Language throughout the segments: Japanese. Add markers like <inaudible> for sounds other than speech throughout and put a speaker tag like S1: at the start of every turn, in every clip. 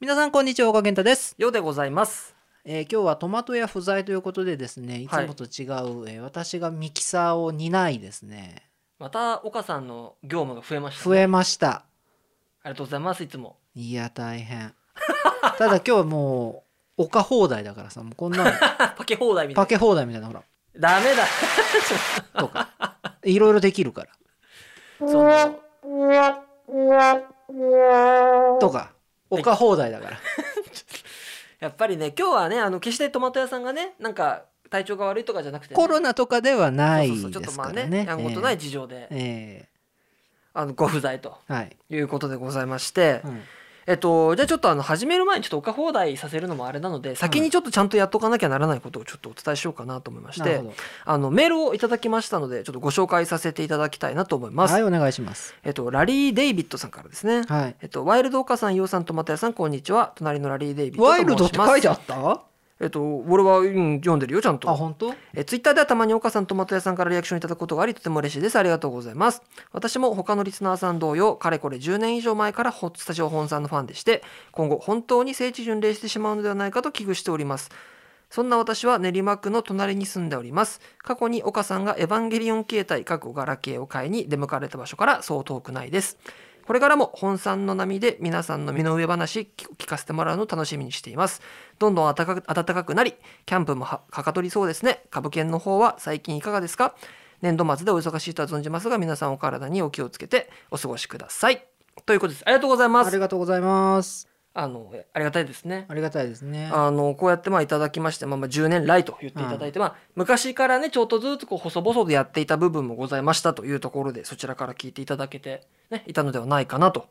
S1: 皆さんこんにちは岡健太です、
S2: ようでございます。
S1: えー今日はトマトや不在ということでですねいつ
S2: はい
S1: もと違う、えー私がミキサーを担いですね
S2: また岡さんの業務が増えましたね、
S1: 増えました
S2: ありがとうございますいつも。 <laughs>
S1: いや大変ただ今日はもうおか放題だからさもうこん
S2: <laughs>
S1: なの
S2: パケ放題みたい
S1: パケ放題みたいなほら
S2: な。ダメだ。
S1: とかいろいろできるから
S2: その
S1: とかおか放題だから
S2: やっぱりね今日はねあの決してトマト屋さんがねなんか体調が悪いとかじゃなくてね、
S1: コロナとかではない
S2: そうそうそう
S1: で
S2: ちょっと
S1: す
S2: ま
S1: か
S2: あ
S1: ら
S2: ね
S1: ね
S2: やんごとない事情で、
S1: えーえ
S2: あのご不在と
S1: ーはい、
S2: いうことでございまして、
S1: うん
S2: えっとじゃあちょっとあの始める前にちょっと岡放題させるのもあれなので先にちょっとちゃんとやっとかなきゃならないことをちょっとお伝えしようかなと思いまし
S1: なる
S2: て
S1: ほ
S2: あのメールをいただきましたのでちょっとご紹介させていただきたいなと思い
S1: ど
S2: ます。
S1: はいお願いします
S2: えっと、ラリー・デイビッドさんからですね。
S1: はい
S2: えっと、ワイルド岡さん、洋さん、トマト屋さん、こんにちは。隣のラリー・デイビッドと
S1: ワ
S2: 申
S1: イ
S2: しま
S1: ル
S2: す。
S1: ドって書いてあ
S2: っ
S1: った
S2: えっと、俺は、うん、読んでるよ、ちゃん
S1: あ
S2: と。
S1: 本当
S2: えツイッターではたまに岡さん、トマト屋さんからリアクションいただくことがあり、とても嬉しいです。ありがとうございます。私も他のリスナーさん同様、かれこれ10年以上前からホスタジオ本さんのファンでして、今後本当に聖地巡礼してしまうのではないかと危惧しております。そんな私は練馬区の隣に住んでおります。過去に岡さんがエヴァンゲリオン携帯、過去ガラケーを買いに出向かれた場所からそう遠くないです。これからも本さんの波で皆さんの身の上話聞かせてもらうのを楽しみにしています。どんどん暖かく暖かくなり、キャンプもははかどりそうですね。株券の方は最近いかがですか年度末でお忙しいとは存じますが、皆さんお体にお気をつけてお過ごしください。ということです。ありがとうございま
S1: あり
S2: す。
S1: がとうございます
S2: あの、えありがたいですね。
S1: ありがたいですね
S2: あのこうやってまあいただきまして、まあ、まあ10年来と言っていただいて、まあ、昔からねちょっとずつこう細々とやっていた部分もございましたというところでそちらから聞いていただけて、ね、いたのではないかなと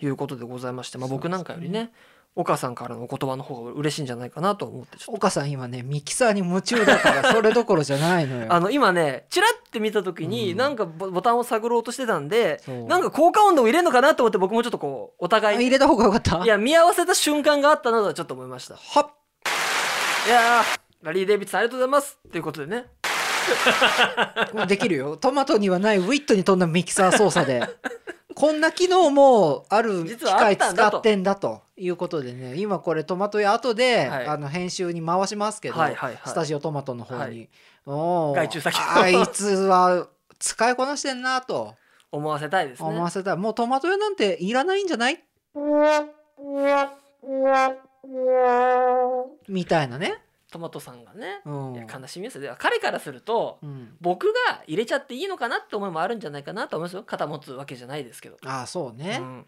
S2: いうことでございまして、まあ、僕なんかよりね岡さんからのお言葉の方が嬉しいんじゃないかなと思ってちょっ
S1: 岡さん今ねミキサーに夢中だから <laughs> それどころじゃないの
S2: とあ
S1: よ。
S2: の今ねチラって見た時に、
S1: うん
S2: なんかボボタンを探ろうとしてたんで
S1: そう
S2: なんか効果音でも入れるのかなと思って僕もちょっとこうお
S1: あ
S2: 互いに
S1: 入れた方がよかった
S2: いや見合わせた瞬間があったなとはちょっと思いました。
S1: はっ
S2: いやーラリー・デイビッドさんありがとうございますということでね
S1: できるよトマトにはないウィットに富んだミキサー操作
S2: <laughs>
S1: でこんな機能もある機
S2: 実はあっ
S1: 械
S2: たんだ
S1: 使
S2: と
S1: ってんだということでね今これトマトや後で、
S2: はい
S1: あの編集に回しますけど、
S2: はいはいはい
S1: スタジオトマトの方に、
S2: はい
S1: もう
S2: 外注先の
S1: あいつは使いこなしてんなと
S2: 思わせたいですね。
S1: 思わせたらもうトマト屋なんていらないんじゃないみたいなね。
S2: トマトさんがね、
S1: うん
S2: いや悲しみですよ。彼からすると、
S1: うん
S2: 僕が入れちゃっていいのかなって思いもあるんじゃないかなと思いますよ。肩持つわけじゃないですけど。
S1: ああそうね、
S2: うん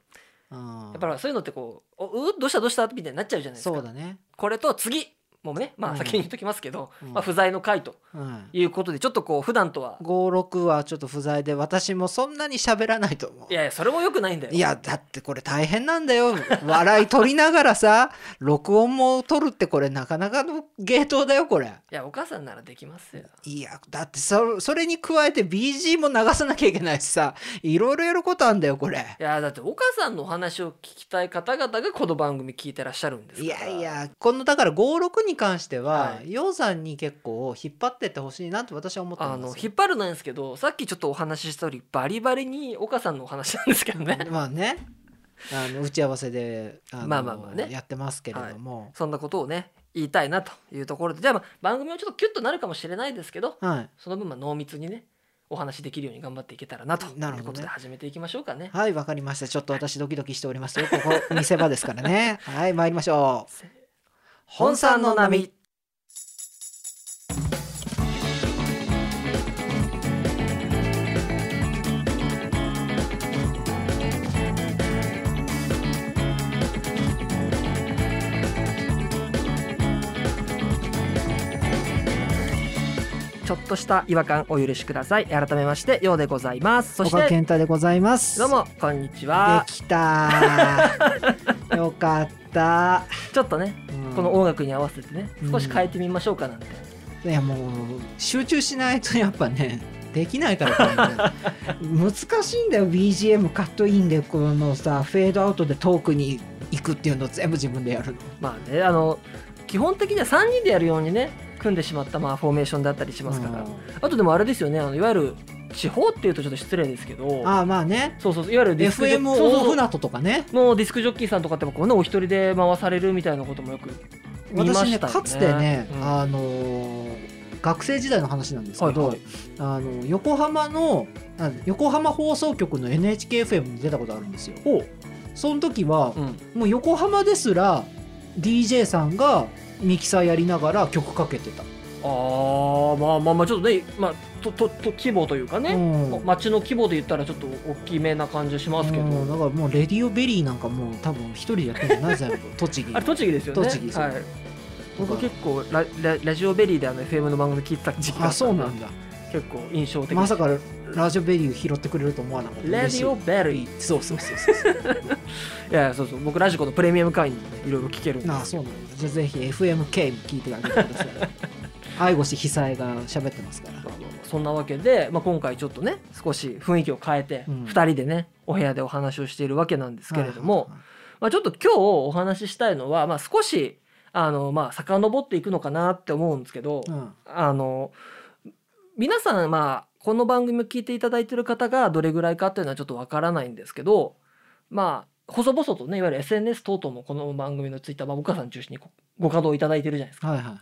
S1: うん
S2: やっぱりそういうのってこう、おうどうしたどうしたみたいになっちゃうじゃないですか。
S1: そうだね、
S2: これと次もうね、ま
S1: う
S2: あ
S1: ん
S2: 先に言っときますけど、
S1: うん
S2: まあ不在の回と
S1: うん、
S2: いうことで、ちょっとこう普段とは、
S1: 56はちょっと不在で私もそんなに喋らないと思う
S2: い
S1: い
S2: やいやそれも良くないんだよ。
S1: やだってこれ大変なんだよ笑い取りながらさ <laughs> 録音も取るってこれなかなかの芸当だよこれ
S2: いやお母さんならできますよ。
S1: いやだってそそれに加えて BG も流さなきゃいけないしさいろいろやることあんだよこれ
S2: いやだって岡さんのお話を聞きたい方々がこの番組聞いてらっしゃるんです
S1: い
S2: から。
S1: やいやこのだから56に関しては
S2: はい
S1: 洋、さんに結構引っ張ってってほしいなと私は思って
S2: あ
S1: ま
S2: の
S1: す
S2: 引っ張るなんですけどさっきちょっとお話しした通りバリバリに岡さんのお話なんですけど
S1: <laughs>
S2: ね
S1: まあねあの打ち合わせであの
S2: まあまあまあね
S1: やってますけれども、
S2: そんなことをね言いたいなというところでじゃあ,、まあ番組もちょっとキュッとなるかもしれないですけど
S1: はい
S2: その分まあ濃密にねお話できるように頑張っていけたらなと
S1: なる
S2: い
S1: ほどね
S2: うことで始めていきましょうかね。
S1: はい、わかりました。ちょっと私ドキドキしておりますよ。ここ見せ場ですから
S2: <laughs>
S1: ね。はい、参りましょう。
S2: 本さんの波ちょっとした違和感お許しください改めましてようでございますそし
S1: 岡
S2: て
S1: 健太でございます。
S2: どうもこんにちは
S1: でき
S2: <laughs>
S1: たー。よかった。
S2: ちょっとね
S1: うん
S2: この音楽に合わせてね
S1: うん
S2: 少し変えてみましょうかなんて、
S1: いやもう集中しないとやっぱね。できないからこ
S2: <laughs>
S1: れね難しいんだよ BGM カットインでこのさフェードアウトでトークに行くっていうのを全部自分でやるの
S2: まあねあの基本的には3人でやるようにね組んでしまったまあフォーメーションだったりしますから、
S1: うん
S2: あとでもあれですよねあのいわゆる地方っていうとちょっと失礼ですけど
S1: ああまあね
S2: そうそうそういわゆるディスクジョ
S1: FM
S2: そうそう
S1: 大
S2: そう
S1: 船渡とかね
S2: のディスクジョッキーさんとかってこうねお一人で回されるみたいなこともよく見ま
S1: 私
S2: し
S1: ね
S2: たよね
S1: かつてね、
S2: うん
S1: あのー学生時代の話なんですけど、
S2: はいはい
S1: あの横浜のあ横浜放送局の NHKFM に出たことあるんですよ
S2: ほ
S1: その時は
S2: う、うん、
S1: もう横浜ですら DJ さんがミキサーやりながら曲かけてた、
S2: ああまあまあまあちょっとね、まあ、ととと規模というか
S1: う
S2: ね、
S1: ん
S2: 街の規模で言ったらちょっと大きめな感じしますけど、
S1: うんだからもうレディオベリーなんかもう多分一人でやってるんじゃない
S2: <laughs>
S1: 全部栃木
S2: あれ栃木ですよね
S1: 栃木ですよ
S2: はい、僕結構ラララジオベリーであの FM の番組聞いてた時期があ
S1: あ
S2: った
S1: そうなんだ
S2: 結構印象的
S1: まさかラジオベリー拾ってくれると思わなかった
S2: ラジオ
S1: 嬉し
S2: ベリー
S1: いそうそうそうそう
S2: <laughs> いやいやそうそう僕ラジコのプレミアム会員でねいろいろ聞けるんで
S1: ああそうなんだじゃあぜひ FMK も聞いてあげてください愛越久恵が喋ってますから
S2: そんなわけで、まあ、今回ちょっとね少し雰囲気を変えて
S1: うん
S2: 2人でねお部屋でお話をしているわけなんですけれども、まあ、ちょっと今日お話ししたいのは、まあ、少しあの、まあ、遡っていくのかなって思うんですけど、
S1: はいはいはいうん
S2: あの皆さん、まあ、この番組を聞いていただいている方がどれぐらいかっていうのはちょっとわからないんですけどまあ細々とねいわゆる SNS 等々もこの番組のツイッター、まあ、僕らさん中心にごご稼働いただいてるじゃないですか。
S1: はいはい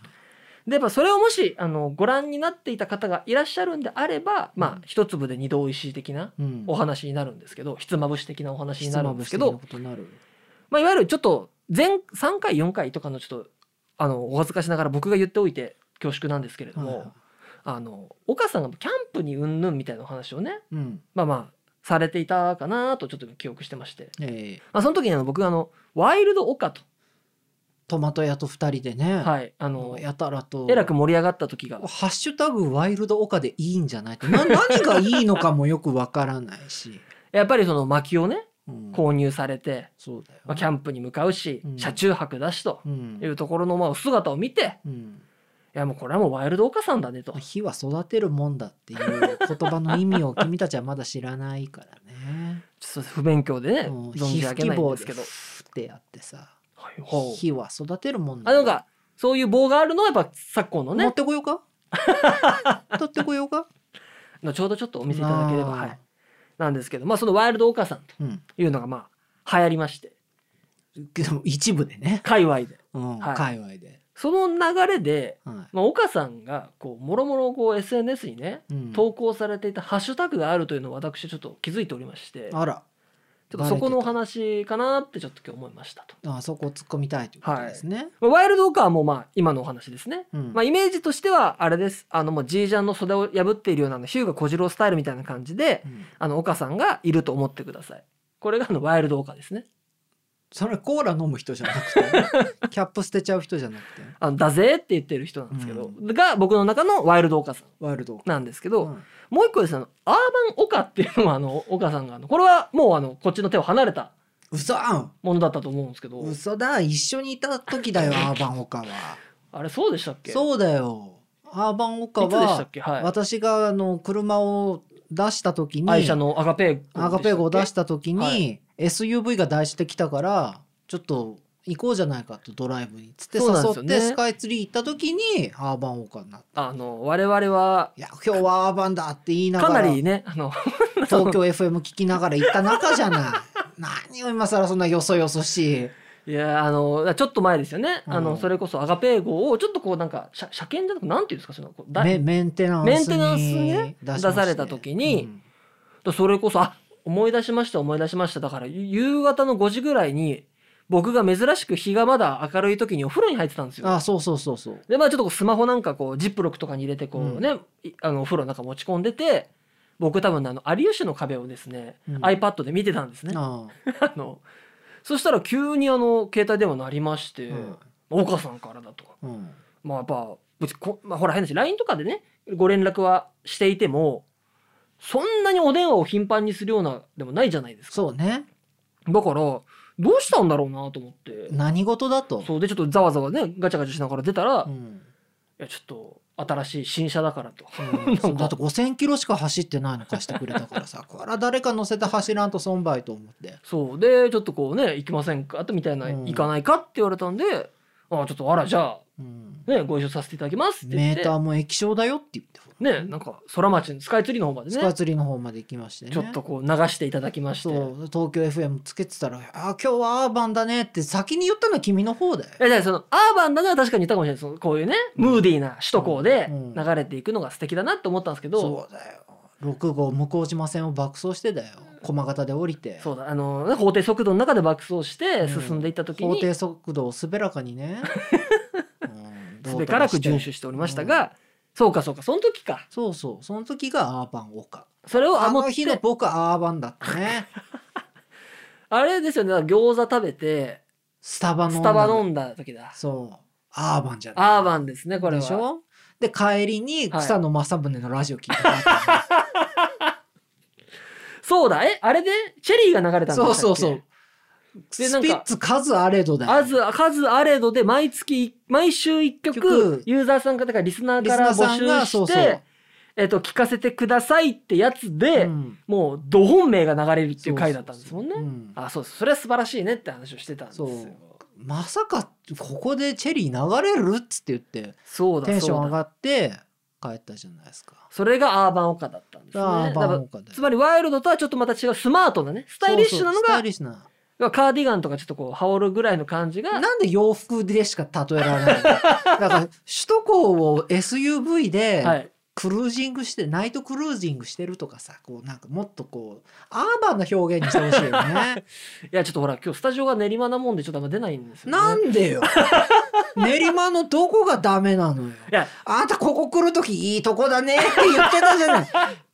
S2: でやっぱそれをもしあのご覧になっていた方がいらっしゃるんであれば、まあ、一粒で二度おいしい的な
S1: うん
S2: お話になるんですけどひつまぶし的なお話になるんですけ
S1: ひつま
S2: ど
S1: ぶし、的なことになる
S2: まあ、いわゆるちょっと前3回4回とかのちょっとあのお恥ずかしながら僕が言っておいて恐縮なんですけれども、
S1: はいはい
S2: あの岡さんがキャンプにうんぬんみたいなお話をね
S1: うん
S2: まあまあされていたかなとちょっと記憶してまして、
S1: ええ
S2: まあ、その時にあの僕があのワイルド岡と、
S1: トマト屋と二人でね、
S2: はい、あの
S1: やたらと
S2: えらく盛り上がった時が
S1: ハッシュタグワイルドオカでいいんじゃないってな何がいいのかもよくわからないし、
S2: やっぱりその薪をね
S1: うん
S2: 購入されて、
S1: そうだよ、
S2: まあ、キャンプに向かうし、
S1: うん
S2: 車中泊だしと
S1: うん
S2: いうところのまあお姿を見て
S1: うん
S2: いやもうこれはもうワイルド岡さんだねと
S1: 火は育てるもんだっていう言葉の意味を君たちはまだ知らないからね。
S2: ちょっと不勉強で <laughs> ね
S1: うん
S2: 存じ上げないんですけ
S1: 火吹き棒で。
S2: ど
S1: ふってやってさ
S2: はいほう
S1: 火は育てるもん
S2: あ
S1: だ
S2: なんかそういう棒があるのはやっぱ昨今の
S1: 持っ
S2: ね
S1: てこよう
S2: <laughs>
S1: か取ってこようか
S2: 後ほどちょっとお見せいただければ
S1: あー
S2: はいなんですけどまあそのワイルドお母さんと
S1: うん
S2: いうのがまあ流行りまして
S1: でも一部でね、
S2: 界隈で
S1: うん
S2: はい
S1: 界隈で、
S2: その流れで、
S1: は
S2: まあ、岡さんがこうもろもろこう SNS にね
S1: いうん
S2: 投稿されていたハッシュタグがあるというのを私ちょっと気づいておりましてちょっ
S1: あら
S2: とそこのお話かなってちょっと今日思いましたと。
S1: あそこを突っ込みたいということですね。
S2: まあワイルドオカーもまあ今のお話ですね。
S1: うん
S2: まあイメージとしてはあれです。あのもうジージャンの袖を破っているようなあのヒューガ小次郎スタイルみたいな感じで、
S1: うん
S2: あの岡さんがいると思ってください。これがあのワイルドオカですね。
S1: それコーラ飲む人じゃなくて、
S2: <laughs>
S1: キャップ捨てちゃう人じゃなくて
S2: あのだぜって言ってる人なんですけど、
S1: う
S2: が僕の中のワイルドオカさん
S1: ワイルド
S2: なんですけど、
S1: うん
S2: もう一個ですねあのアーバンオカっていうのはあの岡さんがあのこれはもうあのこっちの手を離れた
S1: 嘘
S2: ものだったと思うんですけど、
S1: 嘘だ一緒にいた時
S2: <laughs>
S1: だよアーバンオカは
S2: あれそうでしたっけ？
S1: そうだよアーバンオカ
S2: いつでした
S1: は
S2: っけ？はい。
S1: 私があの車を出した時に
S2: 愛車のアガペー。
S1: アガペーゴを出したた時に、
S2: は
S1: SUV が大してきたからちょっと行こうじゃないかとドライブにつって
S2: そうなん
S1: 誘
S2: で
S1: っ
S2: すよ
S1: て、
S2: ね
S1: スカイツリー行った時にアーバンオカになった
S2: あの我々はい
S1: や今日はアーバンだって言いなが
S2: からなり <laughs> ねあの
S1: 東京 FM 聞きながら行った中じゃ
S2: <laughs>
S1: ない。何を今更そんなよそよそしい。
S2: いやあのちょっと前ですよね、あ
S1: う
S2: の
S1: ん
S2: それこそアガペー号をちょっとこうなんか車車検じゃなくなんていうんですかそのこうだ
S1: メメンテナンスに
S2: メンテナンスにね
S1: 出しまして
S2: 出された時に
S1: うん
S2: それこそあ思い出しました思い出しましただからゆ夕方の5時ぐらいに僕が珍しく日がまだ明るい時にお風呂に入ってたんですよ。
S1: あそうそうそうそう。
S2: でまあちょっとこうスマホなんかこうジップロックとかに入れてこうね、いあのお風呂なんか持ち込んでて僕多分ねあの「有吉の壁」をですね、
S1: うん
S2: iPad で見てたんですね。
S1: あ
S2: あのそしたら急にあの携帯電話鳴りまして、
S1: うん
S2: 岡さんからだと。
S1: あうん
S2: まあやっぱ別にこ、まあ、ほら変だし LINE とかでねご連絡はしていてもそんなにお電話を頻繁にするようなでもないじゃないですか
S1: そうね。
S2: だからどうしたんだろうなと思って
S1: 何事だと。
S2: そうでちょっとざわざわねガチャガチャしながら出たら、
S1: う
S2: い
S1: ん
S2: やちょっと新しい新車だからと
S1: うんそうだって5,000キロしか走ってないの貸してくれたから
S2: <laughs>
S1: さこれは誰か乗せて走らんと損ばいと思って
S2: そうでちょっとこうね行きませんかみたいな、
S1: うん
S2: 行かないかって言われたんでああちょっとあらじゃあ
S1: うん、
S2: ね、ご一緒させていただきますって言
S1: メ
S2: って
S1: ーターも液晶だよって言って、
S2: ね、なんか空町のスカイツリーの方まで
S1: ス
S2: ね
S1: カツリの方まで行きましてね
S2: ちょっとこう流していただきまして
S1: そう東京 FM つけてたら「あー今日はアーバンだね」って先に言ったのは君の方だよ。
S2: えだからそのアーバンだのは確かに言ったかもしれないですそのこういうねムーディーな首都高で
S1: うん
S2: 流れていくのが素敵だなって思ったんですけど、
S1: そうだよ6号向島線を爆走してだよ駒形で降りて
S2: そうだあのね法定速度の中で爆走して進んでいった時
S1: 法
S2: に、
S1: 定速度をすべらかに
S2: <laughs>
S1: ね、うん
S2: すべからく遵守しておりましたが、そうかそうかその時か
S1: そうそうその時がアーバン岡
S2: それを
S1: あ
S2: あ
S1: の日の
S2: て
S1: 僕はアーバンだった
S2: <laughs>
S1: ね
S2: あれですよねだから餃子食べて
S1: スタバの
S2: スタバ飲んだ時だ
S1: そうアーバンじゃない
S2: アーバンですねこれは
S1: でしょで帰りに草野正宗のラジオ聞いたから、
S2: そうだえあれでチェリーが流 <laughs> れたん
S1: そう
S2: だっけ
S1: そうそう
S2: で
S1: ス
S2: なんか
S1: ピッツ数あれどだよ
S2: 数数あれどで毎月毎週一曲
S1: 曲
S2: ユーザーさんからリスナー
S1: リ
S2: か
S1: スナ
S2: ら
S1: ー
S2: 募
S1: さん
S2: 集
S1: が
S2: して
S1: そうそう、
S2: えっと聞かせてくださいってやつで、
S1: うん
S2: もうど本命が流れるっていう回だったんですもんね。
S1: そうそうそううん
S2: あそうですそれは素晴らしいねって話をしてたんですよ。
S1: そうまさかここでチェリー流れるっつって言って
S2: そう
S1: テ
S2: だ
S1: ンション
S2: そ
S1: 上
S2: うだ。
S1: がって帰ったじゃないですか。
S2: それがアーバンオカだったんですね。
S1: アー
S2: だ
S1: バ
S2: か
S1: ン
S2: ら
S1: オカで
S2: つまりワイルドとはちょっとまた違うスマートなねスタイリッシュなの
S1: そうそうスタ
S2: が
S1: イリッシュな
S2: カーディガンとかちょっとこう羽織るぐらいの感じが
S1: なんで洋服でしか例えられない
S2: <laughs>
S1: のだから首都高を SUV
S2: は
S1: で
S2: い
S1: クルージングして、ナイトクルージングしてるとかさこうなんかもっとこうアーバンな表現にしてほしいよ
S2: <laughs>
S1: ね
S2: いやちょっとほら今日スタジオが練馬なもんでちょっとあんま出ないんですよ、ね。
S1: なんで
S2: <laughs>
S1: よ練馬のどこがダメなのよ
S2: いや
S1: あんたここ来る時いいとこだねって言ってたじゃ
S2: <laughs>
S1: ない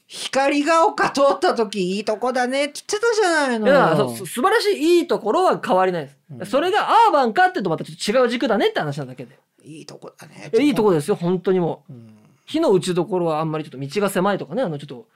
S1: 光が丘通った時いいとこだねって言ってたじゃないの
S2: いやそ
S1: よ
S2: そ素晴らしいいいところは変わりないです、
S1: うん
S2: それがアーバンかっていうとまたちょっと違う軸だねって話なだけで
S1: いいとこだね
S2: いやいいとこですよ本当にもう
S1: うん
S2: 火の打ちどころはあんまりちょっと道が狭いとかねあのちょっと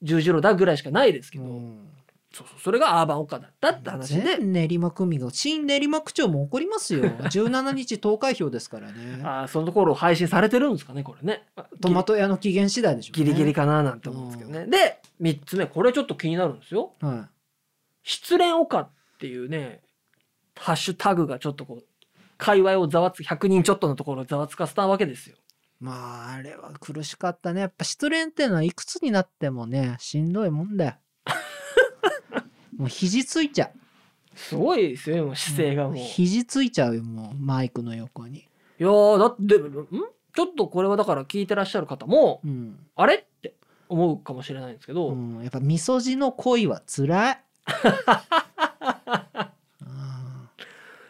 S2: 十字路だぐらいしかないですけ
S1: う
S2: ど、
S1: ん
S2: そうそうそれがアーバンオカだったって話で、
S1: 全練馬区民が新練馬区長も怒ります
S2: <laughs>
S1: よ17日投開票ですからね
S2: あーその頃配信されてるんですかねこれね
S1: トマト屋の期限次第でしょう
S2: ギ
S1: ね、
S2: リギリかななんて思うんですけどね、で3つ目これちょっと気になるんですよ
S1: は
S2: 失恋オカっていうねハッシュタグがちょっとこう界隈をざわつ100人ちょっとのところをざわつかせたわけですよ
S1: い、まああれは苦しかったねやっぱ失恋っていうのはいくつになってもねしんどいもんだ
S2: <laughs>
S1: よもう肘ついちゃう
S2: すごいですよ、もう姿勢がもう。い
S1: 肘ついちゃうよもうマイクの横に
S2: やー、だって、んちょっとこれはだから聞いてらっしゃる方も、
S1: うん、
S2: あれって思うかもしれないんですけど、
S1: うん、やっぱみそじの恋はつら
S2: <laughs>
S1: いあ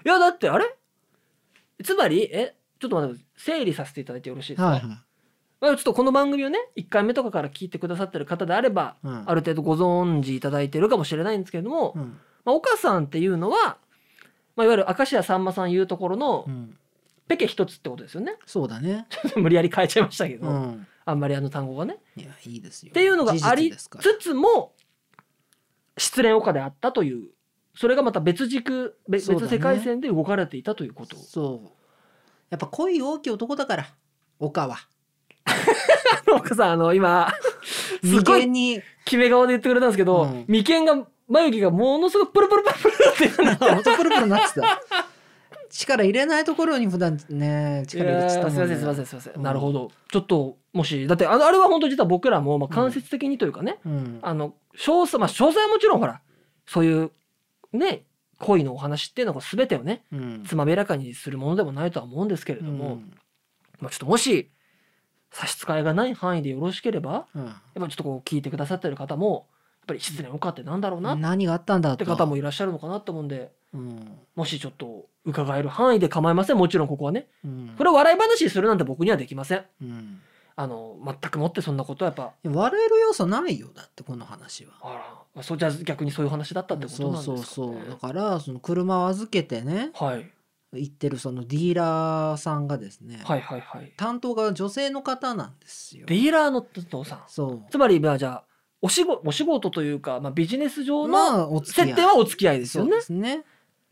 S2: いや、だってあれつまり、え、ちょっと待ってください、整理させていただいてよろしいです
S1: あ
S2: か、
S1: はいは
S2: まあ、ちょっとこの番組をね、1回目とかから聞いてくださってる方であれば、
S1: い、うん
S2: ある程度ご存知いただいてるかもしれないんですけれども、
S1: うん
S2: まあ、岡さんっていうのは、まあ、いわゆる明石家さんまさんいうところの
S1: うん、
S2: ペケ一つってことですよね <laughs>
S1: そうだね、
S2: 無理やり変えちゃいましたけど、
S1: うん、
S2: あんまりあの単語がね
S1: いやいいですよ
S2: っていうのがあ
S1: 事実
S2: り
S1: ですから
S2: つつも失恋岡であったというそれがまた別軸べ
S1: そうだ
S2: 別
S1: ね
S2: 世界線で動かれていたということ <laughs>
S1: そうやっぱ恋大きい男だから岡は
S2: 岡さんあの今す
S1: 眉
S2: ごい
S1: 間に
S2: 決め顔で言ってくれたんですけど、
S1: うん
S2: 眉間が眉毛がものすごくプルプルプルプルって
S1: ほんとプルプルなってた <laughs> 力入れないところに普段ね
S2: いや
S1: 力入れ
S2: ー
S1: て
S2: すい
S1: たも
S2: ま
S1: ん、ね、
S2: せんすいませんすいません、
S1: うん
S2: なるほどちょっともしだってあのあれは本当実は僕らも、まあ、間接的にというかね、
S1: うん
S2: あの詳細まあ詳細はもちろんほらそういうね恋のお話っていうのが全てをね
S1: うん
S2: つまびらかにするものでもないとは思うんですけれども、
S1: うん
S2: まあ、ちょっともし差し支えがない範囲でよろしければ
S1: う
S2: やっぱちょっとこう聞いてくださってる方もやっぱり失恋をかってなんだろうなっ
S1: ん、何があったんだ
S2: て方もいらっしゃるのかなと思うんで
S1: うん
S2: もしちょっと伺える範囲で構いませんもちろんここはね
S1: うん
S2: これを笑い話にするなんて僕にはできません
S1: うん、
S2: あの全くもってそんなことはやっぱ
S1: 笑える要素ないよだってこの話は。
S2: あらまあそうじゃあ逆にそういう話だったってこと
S1: そ
S2: なん
S1: う
S2: ですか、
S1: そ
S2: ね、
S1: うそうだからその車を預けてね
S2: はい
S1: 行ってるそのディーラーさんがですね、
S2: はいはいはい
S1: 担当が女性の方なんですよ
S2: デ。ィーラーのお父さん
S1: そう
S2: つまりまあじゃあお仕事お仕事というか、まあ、ビジネス上の、
S1: まあ、お付き合い
S2: 設定はお付き合いですよ
S1: そう
S2: ね
S1: で。すね。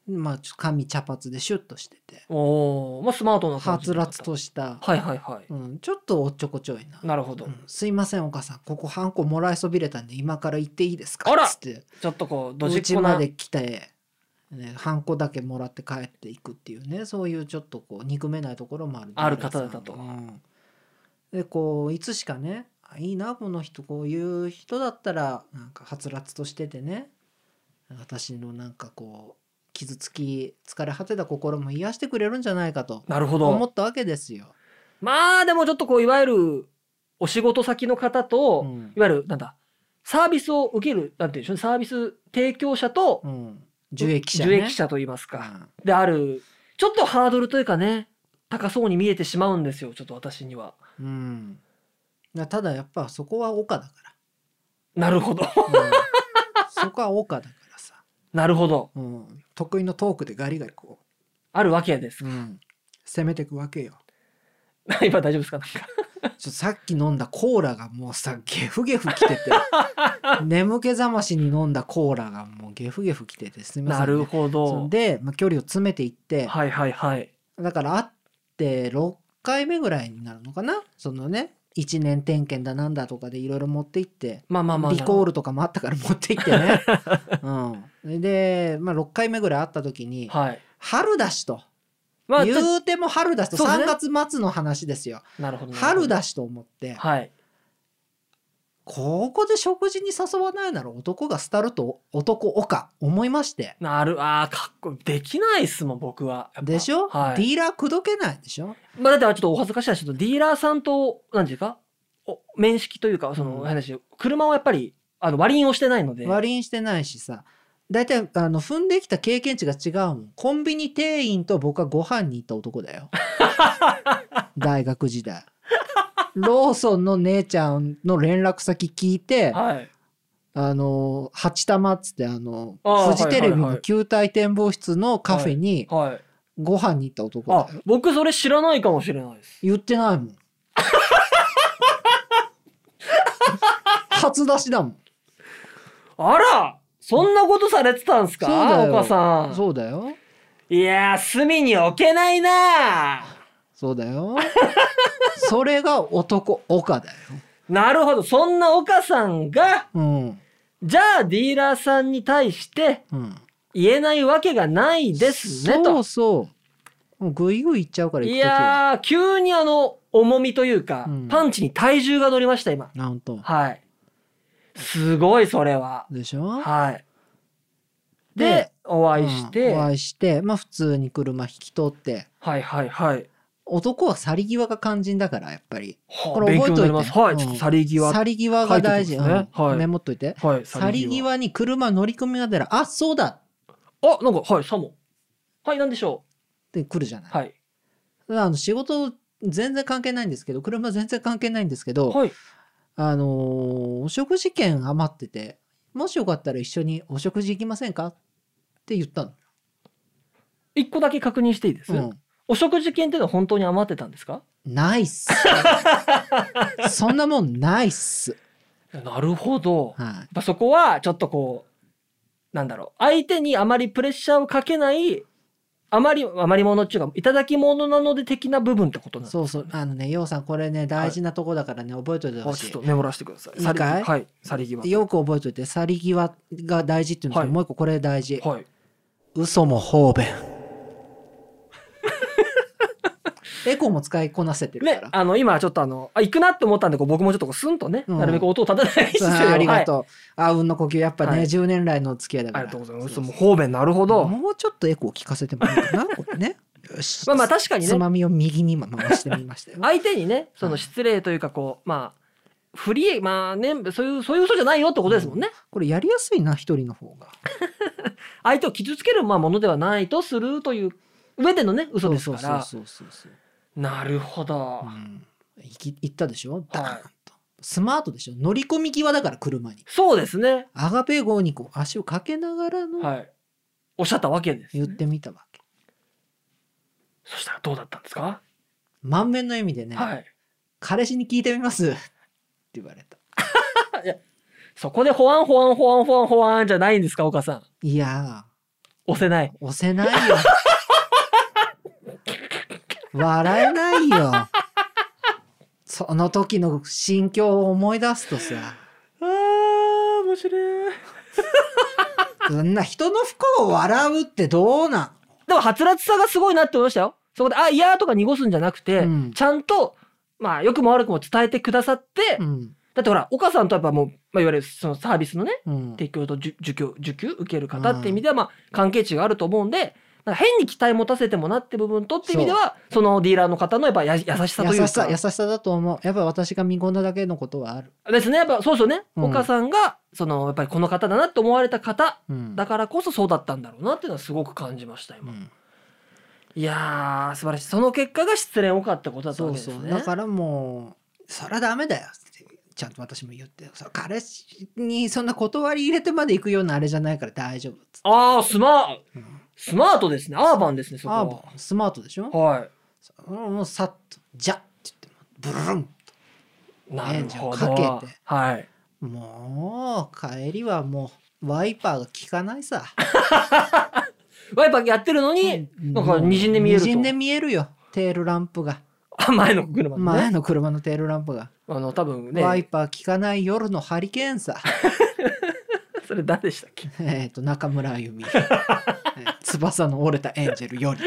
S1: まあ、ちょっと髪茶髪でシュッとしてて、
S2: おお、まあスマートな
S1: は
S2: 感じ
S1: つ
S2: だ
S1: ら
S2: った
S1: つとした、
S2: はいはいはい。
S1: うん、ちょっとおっちょこちょいな。
S2: なるほど。
S1: うんすいませんお母さんここハンコもらいそびれたんで今から行っていいですか
S2: あら
S1: つって
S2: ちょっとこうドジ
S1: う
S2: っ
S1: ち
S2: 子
S1: ま
S2: な
S1: で来てね、ハンコだけもらって帰っていくっていうねそういうちょっとこう憎めないところもある
S2: ある方だったと
S1: うんでこういつしかねあいいなこの人こういう人だったらなんかはつらつとしててね私のなんかこう傷つき疲れ果てた心も癒してくれるんじゃないかと
S2: なるほ
S1: 思
S2: ど。
S1: ったわけですよ。
S2: まあでもちょっとこういわゆるお仕事先の方と、
S1: うん
S2: いわゆるなんだサービスを受けるなんていうんでしょうサービス提供者と
S1: うん、受益者、ね、
S2: 受益者と言いますか、
S1: うん
S2: であるちょっとハードルというかね高そうに見えてしまうんですよちょっと私には。
S1: うん、だただやっぱそこは岡だか
S2: なるほど <laughs>
S1: ら、うんそこは岡だからさ、
S2: なるほど
S1: うん、得意のトークでガリガリこ
S2: あるわけです <laughs>
S1: う、。うん、攻めてくわけよ
S2: 今大丈夫ですか
S1: <laughs>
S2: なんか
S1: ちょっとさっき飲んだコーラがもうさゲフゲフきて
S2: <laughs>
S1: て眠気覚ましに飲んだコーラがもうゲフゲフきててすみません、
S2: な
S1: ね、
S2: るほ
S1: そん
S2: ど。
S1: で、まあ、距離を詰めていって、
S2: はいはいはい。
S1: だから会って6回目ぐらいになるのかなそのね1年点検だなんだとかでいろいろ持っていって
S2: まあまあまあ。
S1: リコールとかもあったから持って行って
S2: <laughs>
S1: ね。うん、で、まあ、6回目ぐらい会った時に、
S2: はい。
S1: 春だしと、
S2: まあちょ
S1: 言うても春だしと
S2: そうですね
S1: 3月末の話ですよ、
S2: なるほど。
S1: 春。だしと思って、
S2: はい。
S1: ここで食事に誘わないなら男が廃ると男おか思いまして
S2: なるあーかっこいいできないっすもん僕は。やっぱ
S1: でしょ、
S2: は
S1: デ
S2: い。
S1: ィーラー口説けないでしょ
S2: まあだってあちょっとお恥ずかしい話ちょっとディーラーさんとなんていうかお面識というかその
S1: うん
S2: 話、車はやっぱりあの割り印をしてないので。
S1: 割り引してないしさ大体あの踏んできた経験値が違うもんコンビニ店員と僕はご飯に行った男だ
S2: <laughs>
S1: よ大学時代ローソンの姉ちゃんの連絡先聞いて
S2: はい。
S1: あの八玉っつってあの
S2: あー
S1: フジテレビ
S2: はいはいは
S1: の
S2: い
S1: 球体展望室のカフェに
S2: はい。
S1: ご飯に行った男だ
S2: あ
S1: よ、
S2: 僕それ知らないかもしれないです。
S1: 言ってないも
S2: <laughs>
S1: ん初出しだもん
S2: あらそんなことされてたんすか
S1: そうだよ
S2: 岡さん。
S1: そうだよ
S2: いやー隅に置けないなー
S1: そうだよ。それが男岡だよ。
S2: なるほど。そんな岡さんが、
S1: うん。
S2: じゃあディーラーさんに対して
S1: うん。
S2: 言えないわけがないですね
S1: そ
S2: と
S1: う。そう。もうぐいぐいいっちゃうから行く
S2: い
S1: ときは。
S2: やー、急にあの、重みというか、
S1: うん
S2: パンチに体重が乗りました、今。
S1: なんと。
S2: はい。すごい、それは。
S1: でしょ
S2: はい。で、
S1: で
S2: お会いして、
S1: うんお会いして、まあ普通に車引き取って。
S2: はいはいはい。
S1: 男は去り際が肝心だから、やっぱり。
S2: はあ
S1: これ覚えといて
S2: 勉強になります。はい、
S1: うん
S2: ちょっと去り際。
S1: 去り際が大事。
S2: 書いておきますね
S1: うん
S2: はい
S1: メモっといて。
S2: はい、
S1: 去り。際に車乗り込みが出ら、あ、そうだ
S2: あ、なんか、はい、サモン。はい、なんでしょ
S1: って来るじゃな
S2: う。
S1: い。
S2: はい。
S1: あの仕事全然関係ないんですけど、車全然関係ないんですけど、
S2: はい。
S1: あのーお食事券余ってて、もしよかったら一緒にお食事行きませんかって言ったの。
S2: 一個だけ確認していいです、
S1: う
S2: お食事券っていうのは本当に余ってたんですか
S1: ん、ないっ
S2: <laughs>
S1: す。そんなもんないっす。
S2: なるほど。やっ
S1: はい。
S2: ぱそこはちょっとこうなんだろう相手にあまりプレッシャーをかけないあまりあまりものっていうかいただき物なので的な部分ってことなんです
S1: そうそう。あのね、ようさん、これね、大事なとこだからね、覚えといて
S2: あ
S1: ほ
S2: ちょ
S1: し
S2: っ
S1: い
S2: と。メモらせてください。
S1: いいかい
S2: 去り際はい。去り際。
S1: でよく覚えといて、去り際が大事っていうんですけど、
S2: はい
S1: もう一個これ大事。
S2: はい。
S1: 嘘も方
S2: <laughs>
S1: 便。エコーも使いこなせてるか
S2: ね
S1: ら。、
S2: あの今ちょっとあのあ行くなって思ったんでこう僕もちょっとこうスンとね、
S1: うん
S2: なるべく音を立てないように
S1: そう
S2: して
S1: ありがと
S2: は
S1: う。あうんの呼吸、やっぱね、
S2: はい
S1: 10年来のお付き合いだ
S2: い
S1: か
S2: あ
S1: ら。
S2: りがとうございます。そうもう方便なるほど。
S1: もうちょっとエコー聞かせてもらえるかなこれ
S2: <laughs>
S1: ね。よし。
S2: まあまあ確かにね
S1: つまみを右に今回してみましたよ。
S2: 相手にねそ
S1: は
S2: の
S1: い
S2: 失礼というかこうまあ不利益まあねそういうそういう嘘じゃないよってことですもんね。
S1: これやりやすいな一人の方が。
S2: 相手を傷つけるまあものではないとするという上でのね嘘ですから
S1: そうそうそうそう
S2: なるほど、
S1: そう。うん。行き行ったでしょ。ダ
S2: は
S1: ー
S2: い
S1: ンと。スマートでしょ。乗り込み際だから車に。
S2: そうですね
S1: アガペ号にこう足をかけながらの
S2: はいおっしゃったわけです、
S1: 言ってみたわけ。
S2: そしたらどうだったんですか、
S1: 満面の笑みでね、
S2: はい
S1: 彼氏に聞いてみ
S2: <laughs>
S1: ますって言われた。
S2: そこでほわんほわんほわんほわんほわんじゃないんですか岡さん
S1: いや
S2: 押せない
S1: ー、押せない
S2: <laughs>
S1: よ。笑えないよ。その時の心境を思い出すとさ、
S2: あー面白い
S1: そんな人の不幸を笑うってどうなん
S2: でも、はつらつさがすごいなって思いましたよ。そこで、あ、いやーとか濁すんじゃなくて、
S1: うん
S2: ちゃんと、まあ、良くも悪くも伝えてくださって、
S1: うん。
S2: だってほら、岡さんとやっぱもう、まあ、いわゆるそのサービスのね、
S1: うん。
S2: 提供と受受給受給受ける方っていう意味では、まあ、関係値があると思うんでなんか変に期待持たせてもなって部分とっていう意味ではそのディーラーの方のやっぱや優しさという
S1: 優
S2: か
S1: しさ、優しさだと思う。やっぱ私が見込んだだけのことはある。
S2: ですねやっぱそうですよね、
S1: うん
S2: 岡さんがそのやっぱりこの方だなって思われた方
S1: うん。
S2: だからこそそうだったんだろうなっていうのはすごく感じました
S1: う
S2: 今、
S1: ん
S2: いやー素晴らしいその結果が失恋多かったことだった
S1: そ
S2: わ
S1: う
S2: けです
S1: そ
S2: ね
S1: う。だからもう、そりゃダメだよって。ちゃんと私も言ってそ彼氏にそんな断り入れてまで行くようなあれじゃないから大丈夫っつって
S2: ああスマ
S1: うん
S2: スマートですねアーバンですねそこ
S1: あ
S2: は
S1: もうスマートでしょ
S2: はい
S1: そのもうさっと「じゃ」って言ってブルン
S2: なるほど
S1: レンジをかけて
S2: はい
S1: もう帰りはもうワイパーが効かないさ
S2: ワイパーやってるのに、なんか滲んで見えると
S1: 滲んで見えるよテールランプが
S2: あ前の車のね、
S1: 前の車のテールランプが、
S2: あの多分ね、
S1: ワイパー効かない夜のハリケーン
S2: <laughs>
S1: さ
S2: それ誰でしたっけ
S1: えっと中村あゆみ <laughs> えー翼の折れたエンジェルより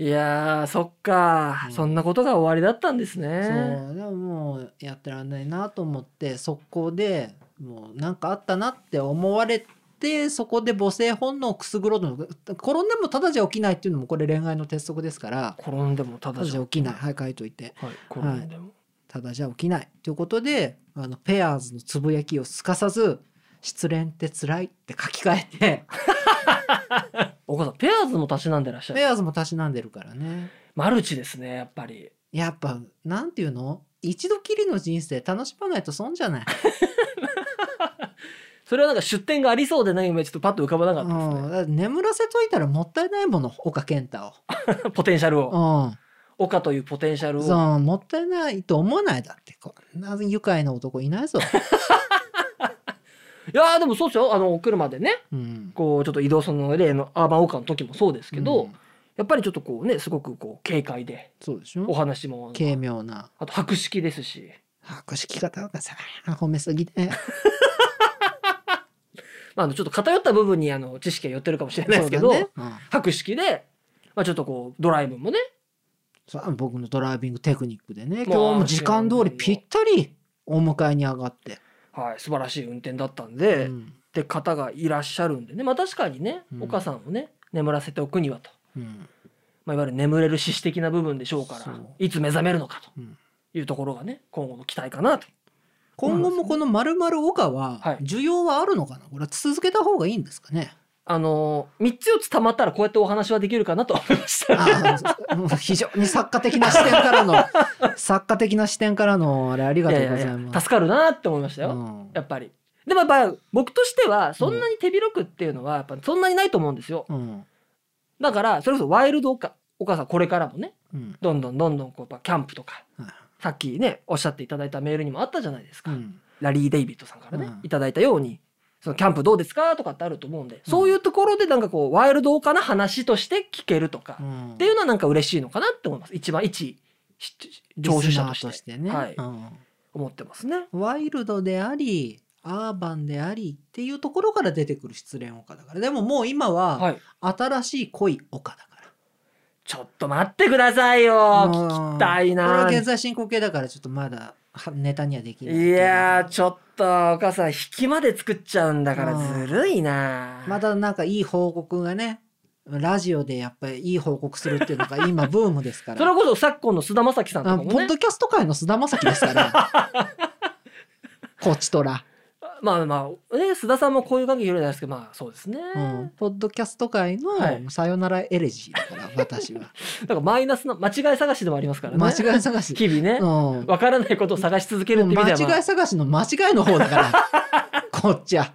S2: いやーそっか、
S1: うん
S2: そんなことが終わりだったんです
S1: そ
S2: ね
S1: うでももうやってらんないなと思って速攻でもうなんかあったなって思われてそこで母性本能をくすぐろうと思う転んでもただじゃ起きないっていうのもこれ恋愛の鉄則ですから
S2: 転んでもた
S1: ただ
S2: だじ
S1: じ
S2: ゃ
S1: ゃ起きないはい書いといて
S2: はい転んでも、
S1: ただじゃ起きないということであのペアーズのつぶやきをすかさず「失恋って辛い」って書き換えて
S2: お母さんペアーズもたしなんでらっしゃ
S1: ペ
S2: る
S1: アーズもたしなんでるからね
S2: マルチですねやっぱり
S1: やっぱなんていうの一度きりの人生楽しまないと損じゃない
S2: それはなんか出店がありそうでね今ちょっとパッと浮かばなかった
S1: うん、だから眠らせといたらもったいないもの岡健太を、
S2: です、ポテンシャルを
S1: う
S2: 岡というポテンシャル
S1: ん、
S2: を
S1: そうもったいないと思わないだってこんな愉快な男いないぞ、
S2: いやーでもそうですよあのお車でね
S1: うん、
S2: こうちょっと移動その例のアーバン岡の時もそうですけど、
S1: うん
S2: やっぱりちょっとこうねすごくこう軽快で
S1: そうでし
S2: お
S1: ょ
S2: 話も
S1: 軽妙な
S2: あと博識ですし
S1: 博識方がさ褒めすぎて
S2: まあ、あのちょっと偏った部分にあの知識が寄ってるかもしれないですけ
S1: そ
S2: ど、
S1: うだねうん
S2: 博識で、まあ、ちょっとこうドライブもね
S1: そう僕のドライビングテクニックでね
S2: ま
S1: 今
S2: あ
S1: 日も時間通りぴったりお迎えに上がって、
S2: はい、素晴らしい運転だったんで、
S1: う
S2: っ
S1: ん
S2: て方がいらっしゃるんでね、まあ、確かにね、
S1: うん
S2: お母さんをね眠らせておくにはと、
S1: うん
S2: まあ、いわゆる眠れる資質的な部分でしょうから
S1: そう
S2: いつ目覚めるのか
S1: うん
S2: というところがね今後の期待かなと。
S1: 今後もこの〇〇岡は
S2: はい
S1: 需要はあるのかなこれは続けた方がいいんですかね
S2: あのー、3つ4つたまったらこうやってお話はできるかなと思いました。
S1: ああもう非常に作家的な視点から
S2: <laughs>
S1: の作家的な視点からのあれありが
S2: い
S1: と
S2: や
S1: う
S2: い
S1: ござ
S2: や
S1: い
S2: いや
S1: ます。
S2: 助かるなって思いましたよ、
S1: うん
S2: やっぱり。でもやっぱ僕としてはそんなに手広くっていうのはやっぱそんなにないと思うんですよ。
S1: うん
S2: だからそれこそワイルドおかお母さんこれからもね
S1: うん
S2: どんどんどんどんこうやっぱキャンプとか
S1: はい
S2: さっきねおっしゃっていただいたメールにもあったじゃないです
S1: う
S2: か、
S1: ん
S2: ラリー・デイビッドさんからね、
S1: うん
S2: いただいたようにそのキャンプどうですかとかってあると思うんで、そういうところでなんかこうワイルドかな話として聞けるとか、
S1: う
S2: っ
S1: ん
S2: ていうのはなんか嬉しいのかなって思います一番一し聴取者として
S1: リスナーね
S2: はい
S1: うん
S2: 思ってますね。
S1: ワイルドでありアーバンでありっていうところから出てくる失恋岡だからでももう今は
S2: はい、
S1: 新しい恋岡だから。
S2: ちょっと待ってくださいよ
S1: うん
S2: 聞きたい
S1: これ
S2: な
S1: は現在進行形だからちょっとまだはネタにはできないけど
S2: いやーちょっとお母さん引きまで作っちゃうんだからずるいな
S1: またなんかいい報告がねラジオでやっぱりいい報告するっていうのが今ブームですから
S2: <laughs> それこそ昨今の菅田将暉さんとか
S1: あ
S2: も
S1: ポッ
S2: ね
S1: ドキャスト界の菅田将暉ですから。
S2: <laughs>
S1: こちとら、
S2: まあまあね須田さんもこういう関係広いじゃないですけどまあそうですね、
S1: うん。ポッドキャスト界
S2: はい
S1: のさよならエレジーだから、私は。
S2: だからマイナスの間違い探しでもありますからね
S1: 間違い探し。
S2: 日々 <laughs> ね
S1: う、ん。
S2: わからないことを探し続けるって意味では、ま
S1: 間違
S2: あ
S1: い、探しの間違いの方だから。
S2: <laughs>
S1: こっちは。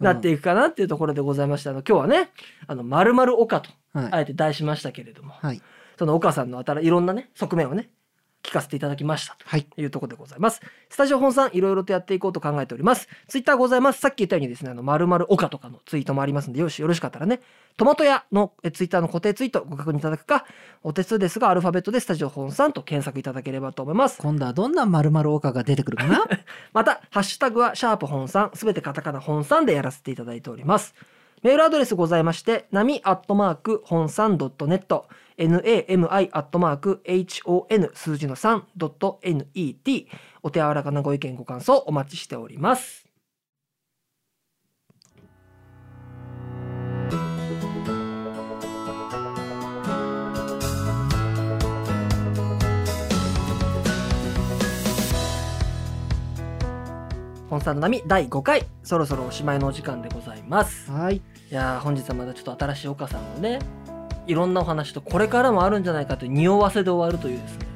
S2: なっていくかなっていうところでございましたあの今日はね「あのまるまる岡」と
S1: うん。は
S2: あ
S1: い。
S2: えて題しましたけれども、
S1: はい。
S2: その岡さんのあたらいろんなね側面をね聞かせていただきましたと
S1: はい。
S2: いうところでございます。スタジオ本さん、いろいろとやっていこうと考えております。ツイッターございます。さっき言ったようにですね、あの、まるまる岡とかのツイートもありますんで、よし、よろしかったらね、トマト屋のえツイッターの固定ツイートご確認いただくか、お手数ですが、アルファベットでスタジオ本さんと検索いただければと思います。
S1: 今度はどんな〇〇オカが出てくるかな <laughs>
S2: また、ハッシュタグは、シャープ本さん、すべてカタカナ本さんでやらせていただいております。メールアドレスございまして、なみアットマーク本さん .net、nami アットマーク hon 数字の 3.net、お手柔らかなご意見ご感想お待ちしております。本さんの波第5回、そろそろおしまいのお時間でございます。
S1: はい。
S2: いやー本日はまだちょっと新しい岡さんのね、いろんなお話とこれからもあるんじゃないかという匂わせで終わるというですね。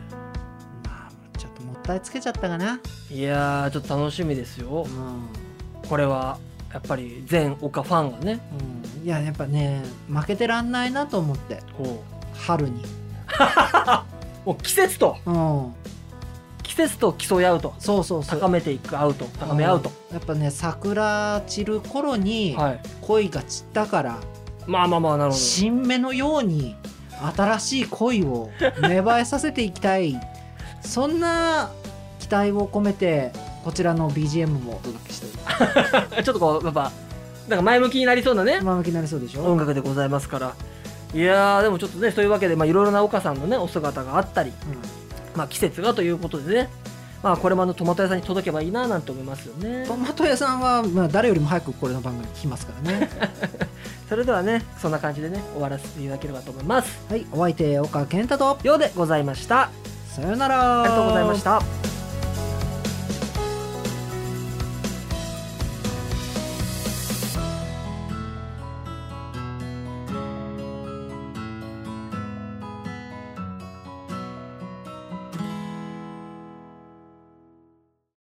S1: まあ、ちょっともったいつけちゃったかな。
S2: いやーちょっと楽しみですよ
S1: う。ん。
S2: これはやっぱり全岡ファンがね
S1: うん、いや、やっぱね、負けてらんないなと思って、
S2: こ
S1: 春に。
S2: うもう季節と
S1: うん。
S2: 季節と競い合うと
S1: そうそうそう。
S2: 高めていく合うと高め合うと、
S1: んやっぱね、桜散る頃に
S2: はい
S1: 恋が散ったから、
S2: まあまあまあなるほど
S1: 新芽のように新しい恋を芽生えさせていきたい <laughs> そんな期待を込めてこちらの BGM もお届けしておりま
S2: ちょっとこうやっぱなんか前向きになりそうなね
S1: す前向きになりそうでしょ、
S2: 音楽でございますからいやーでもちょっとねそういうわけでまあいろいろな岡さんのねお姿があったり、まあ、季節がということでねまあこれもあのトマト屋さんに届けばいいななんて思いますよね
S1: トマト屋さんは、まあ、誰よりも早くこれの番組聞きますから
S2: <laughs>
S1: ね
S2: それではねそんな感じでね終わらせていただければと思います
S1: はいお相手岡健太と
S2: ようでございました
S1: さよなら
S2: ありがとうございました